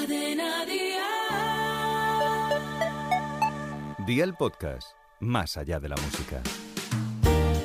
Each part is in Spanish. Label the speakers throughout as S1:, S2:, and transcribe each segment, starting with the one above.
S1: cadena Dial.
S2: Dial Podcast, más allá de la música.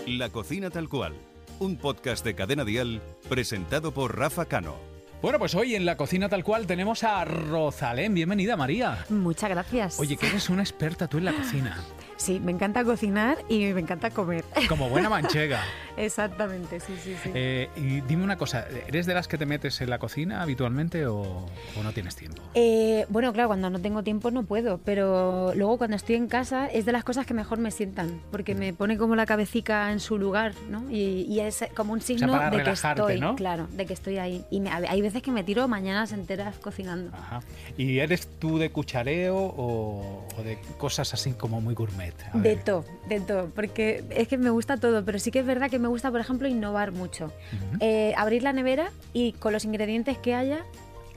S2: La cocina tal cual, un podcast de cadena Dial presentado por Rafa Cano.
S3: Bueno, pues hoy en la cocina tal cual tenemos a Rosalén. Bienvenida, María.
S4: Muchas gracias.
S3: Oye, que eres una experta tú en la cocina.
S4: Sí, me encanta cocinar y me encanta comer.
S3: Como buena manchega.
S4: Exactamente, sí, sí, sí.
S3: Eh, y dime una cosa, ¿eres de las que te metes en la cocina habitualmente o, o no tienes tiempo?
S4: Eh, bueno, claro, cuando no tengo tiempo no puedo, pero luego cuando estoy en casa es de las cosas que mejor me sientan, porque
S3: Mm.
S4: me pone como la cabecita en su lugar, ¿no? Y, y es como un signo
S3: o sea, para
S4: de
S3: que estoy, ¿no?
S4: claro, de que estoy ahí. Y me, hay veces que me tiro mañanas enteras cocinando.
S3: Ajá. ¿Y eres tú de cuchareo o, o de cosas así como muy gourmet?
S4: A de todo, de todo, porque es que me gusta todo, pero sí que es verdad que me gusta, por ejemplo, innovar mucho. Uh -huh. eh, abrir la nevera y con los ingredientes que haya,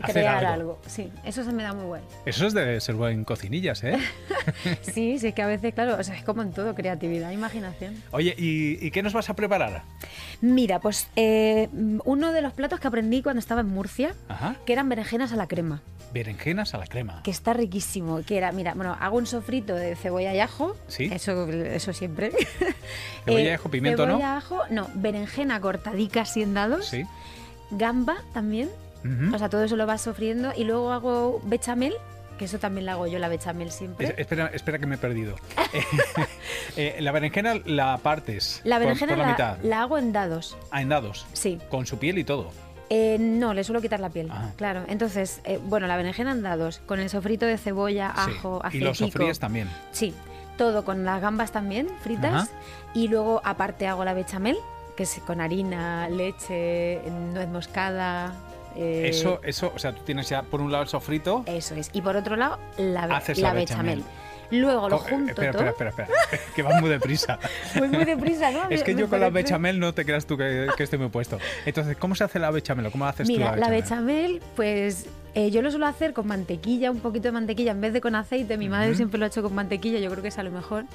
S4: Hacer crear algo. algo. Sí, eso se me da muy bueno.
S3: Eso es de ser buen cocinillas, ¿eh?
S4: sí, sí, es que a veces, claro, o sea, es como en todo, creatividad, imaginación.
S3: Oye, ¿y, ¿y qué nos vas a preparar?
S4: Mira, pues eh, uno de los platos que aprendí cuando estaba en Murcia, Ajá. que eran berenjenas a la crema.
S3: Berenjenas a la crema.
S4: Que está riquísimo. Que era, mira, bueno, hago un sofrito de cebolla y ajo.
S3: Sí.
S4: Eso, eso siempre.
S3: Cebolla y eh, ajo, pimiento,
S4: cebolla,
S3: ¿no?
S4: Cebolla, ajo, no. Berenjena cortadica así en dados.
S3: Sí.
S4: Gamba también. Uh
S3: Mm.
S4: -huh. O sea, todo eso lo vas sofriendo. Y luego hago bechamel, que eso también la hago yo, la bechamel siempre.
S3: Es, espera, espera que me he perdido. eh, eh, la berenjena la partes.
S4: La berenjena
S3: por, por
S4: la,
S3: la, mitad.
S4: la hago en dados.
S3: Ah, en dados.
S4: Sí.
S3: Con su piel y todo.
S4: Eh, no, le suelo quitar la piel,
S3: ah.
S4: claro. Entonces, eh, bueno, la berenjena en dados, con el sofrito de cebolla, ajo,
S3: sí. Y los sofríes también.
S4: Sí, todo con las gambas también fritas. Ajá. Y luego, aparte, hago la bechamel, que es con harina, leche, nuez moscada.
S3: Eh... Eso, eso, o sea, tú tienes ya por un lado el sofrito.
S4: Eso es. Y por otro lado, la,
S3: haces
S4: la, la bechamel. bechamel. Luego lo junto
S3: eh, espera,
S4: todo.
S3: Espera, espera, espera, que vas muy deprisa.
S4: Voy Pues muy deprisa, ¿no?
S3: Es que
S4: me
S3: yo con la bechamel no te creas tú que, que, estoy muy puesto. Entonces, ¿cómo se hace la bechamel? ¿Cómo haces
S4: Mira,
S3: tú la
S4: bechamel? La bechamel, pues eh, yo lo suelo hacer con mantequilla, un poquito de mantequilla en vez de con aceite. Mi uh -huh. madre siempre lo ha hecho con mantequilla, yo creo que es a lo mejor.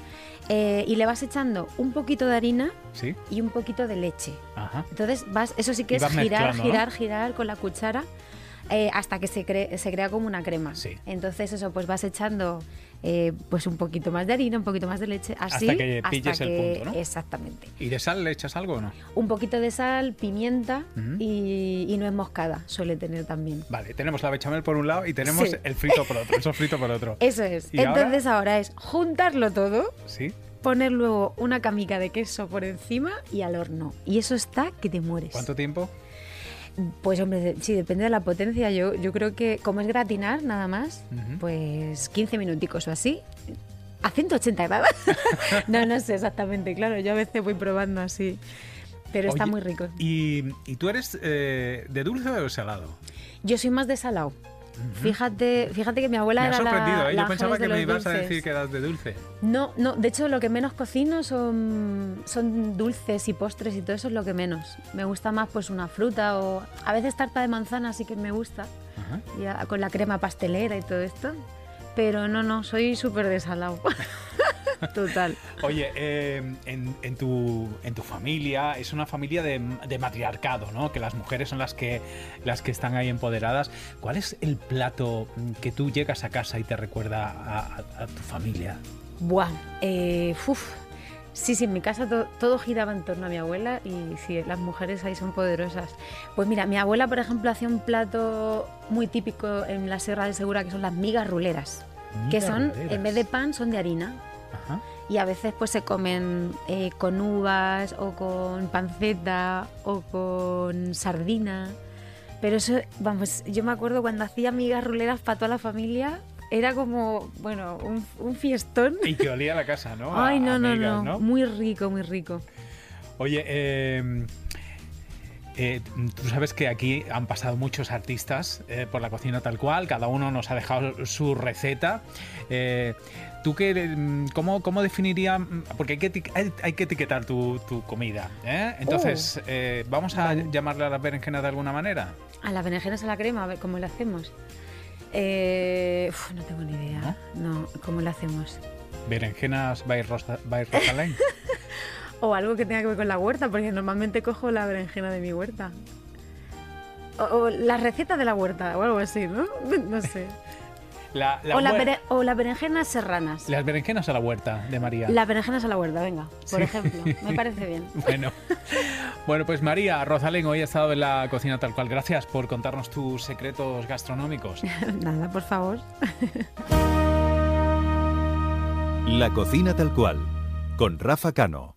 S4: Eh, y le vas echando un poquito de harina
S3: ¿Sí?
S4: y un poquito de leche.
S3: Ajá.
S4: Entonces, vas, eso sí que
S3: y
S4: es girar,
S3: ¿no?
S4: girar, girar con la cuchara. Eh, hasta que se, cre se crea como una crema.
S3: Sí.
S4: Entonces eso, pues vas echando eh, pues un poquito más de harina, un poquito más de leche, así.
S3: Hasta que pilles hasta el
S4: que...
S3: punto, ¿no?
S4: Exactamente.
S3: ¿Y de sal le echas algo o no?
S4: Un poquito de sal, pimienta uh -huh. y, y, nuez moscada suele tener también.
S3: Vale, tenemos la bechamel por un lado y tenemos sí. el frito por otro, el sofrito por otro.
S4: Eso es. Entonces ahora? ahora es juntarlo todo.
S3: Sí
S4: poner luego una camica de queso por encima y al horno. Y eso está que te mueres.
S3: ¿Cuánto tiempo?
S4: Pues hombre, sí, depende de la potencia. Yo, yo creo que como es gratinar nada más, uh -huh. pues 15 minuticos o así. A 180 grados. no, no sé exactamente, claro. Yo a veces voy probando así. Pero Oye, está muy rico.
S3: ¿Y, y tú eres eh, de dulce o de salado?
S4: Yo soy más de salado. Fíjate, fíjate que mi abuela
S3: me ha
S4: era
S3: sorprendido,
S4: la,
S3: ¿eh?
S4: la
S3: Yo pensaba
S4: Ángeles
S3: que
S4: de
S3: me
S4: los
S3: ibas a
S4: dulces.
S3: decir que eras de dulce.
S4: No, no, de hecho lo que menos cocino son, son dulces y postres y todo eso es lo que menos. Me gusta más pues una fruta o a veces tarta de manzana sí que me gusta,
S3: Ajá.
S4: y a- con la crema pastelera y todo esto, pero no, no, soy súper desalado. Total.
S3: Oye, eh, en, en, tu, en tu familia, es una familia de, de, matriarcado, ¿no? Que las mujeres son las que, las que están ahí empoderadas. ¿Cuál es el plato que tú llegas a casa y te recuerda a, a, a tu familia?
S4: Buah, eh, uf. Sí, sí, en mi casa to, todo giraba en torno a mi abuela y sí, las mujeres ahí son poderosas. Pues mira, mi abuela, por ejemplo, hacía un plato muy típico en la Sierra de Segura que son las migas ruleras.
S3: Migas
S4: que son,
S3: ruleras.
S4: en vez de pan, son de harina.
S3: Ajá.
S4: y a veces pues se comen eh, con uvas o con panceta o con sardina. Pero eso, vamos, yo me acuerdo cuando hacía migas ruleras para toda la familia, era como, bueno, un, un fiestón.
S3: Y que olía la casa, ¿no?
S4: Ay,
S3: A-
S4: no,
S3: a
S4: no,
S3: migas,
S4: no,
S3: no,
S4: Muy rico, muy rico.
S3: Oye, eh, eh, tú sabes que aquí han pasado muchos artistas eh, por la cocina tal cual, cada uno nos ha dejado su receta. Eh, ¿Tú qué, em, cómo, cómo definiría? mm, Porque hay que, eti- hay, hay que etiquetar tu, tu comida. ¿eh? Entonces, eh, ¿vamos a llamarle a las berenjenas de alguna manera?
S4: A las berenjenas a la crema, a ver cómo lo hacemos. Eh, uf, no tengo ni idea. No, ¿cómo lo hacemos?
S3: ¿Berenjenas by, Rosa, by Rosalén?
S4: O algo que tenga que ver con la huerta, porque normalmente cojo la berenjena de mi huerta. O, o las recetas de la huerta o algo así, ¿no? No sé.
S3: La- la
S4: o, la
S3: huer-
S4: bere- o las berenjenas serranas.
S3: Las berenjenas a la huerta de María.
S4: Las berenjenas a la huerta, venga, por
S3: Sí.
S4: ejemplo. Me parece bien.
S3: Bueno. bueno, pues María Rosalén hoy ha estado en la cocina tal cual. Gracias por contarnos tus secretos gastronómicos.
S4: Nada, por favor.
S2: La cocina tal cual, con Rafa Cano.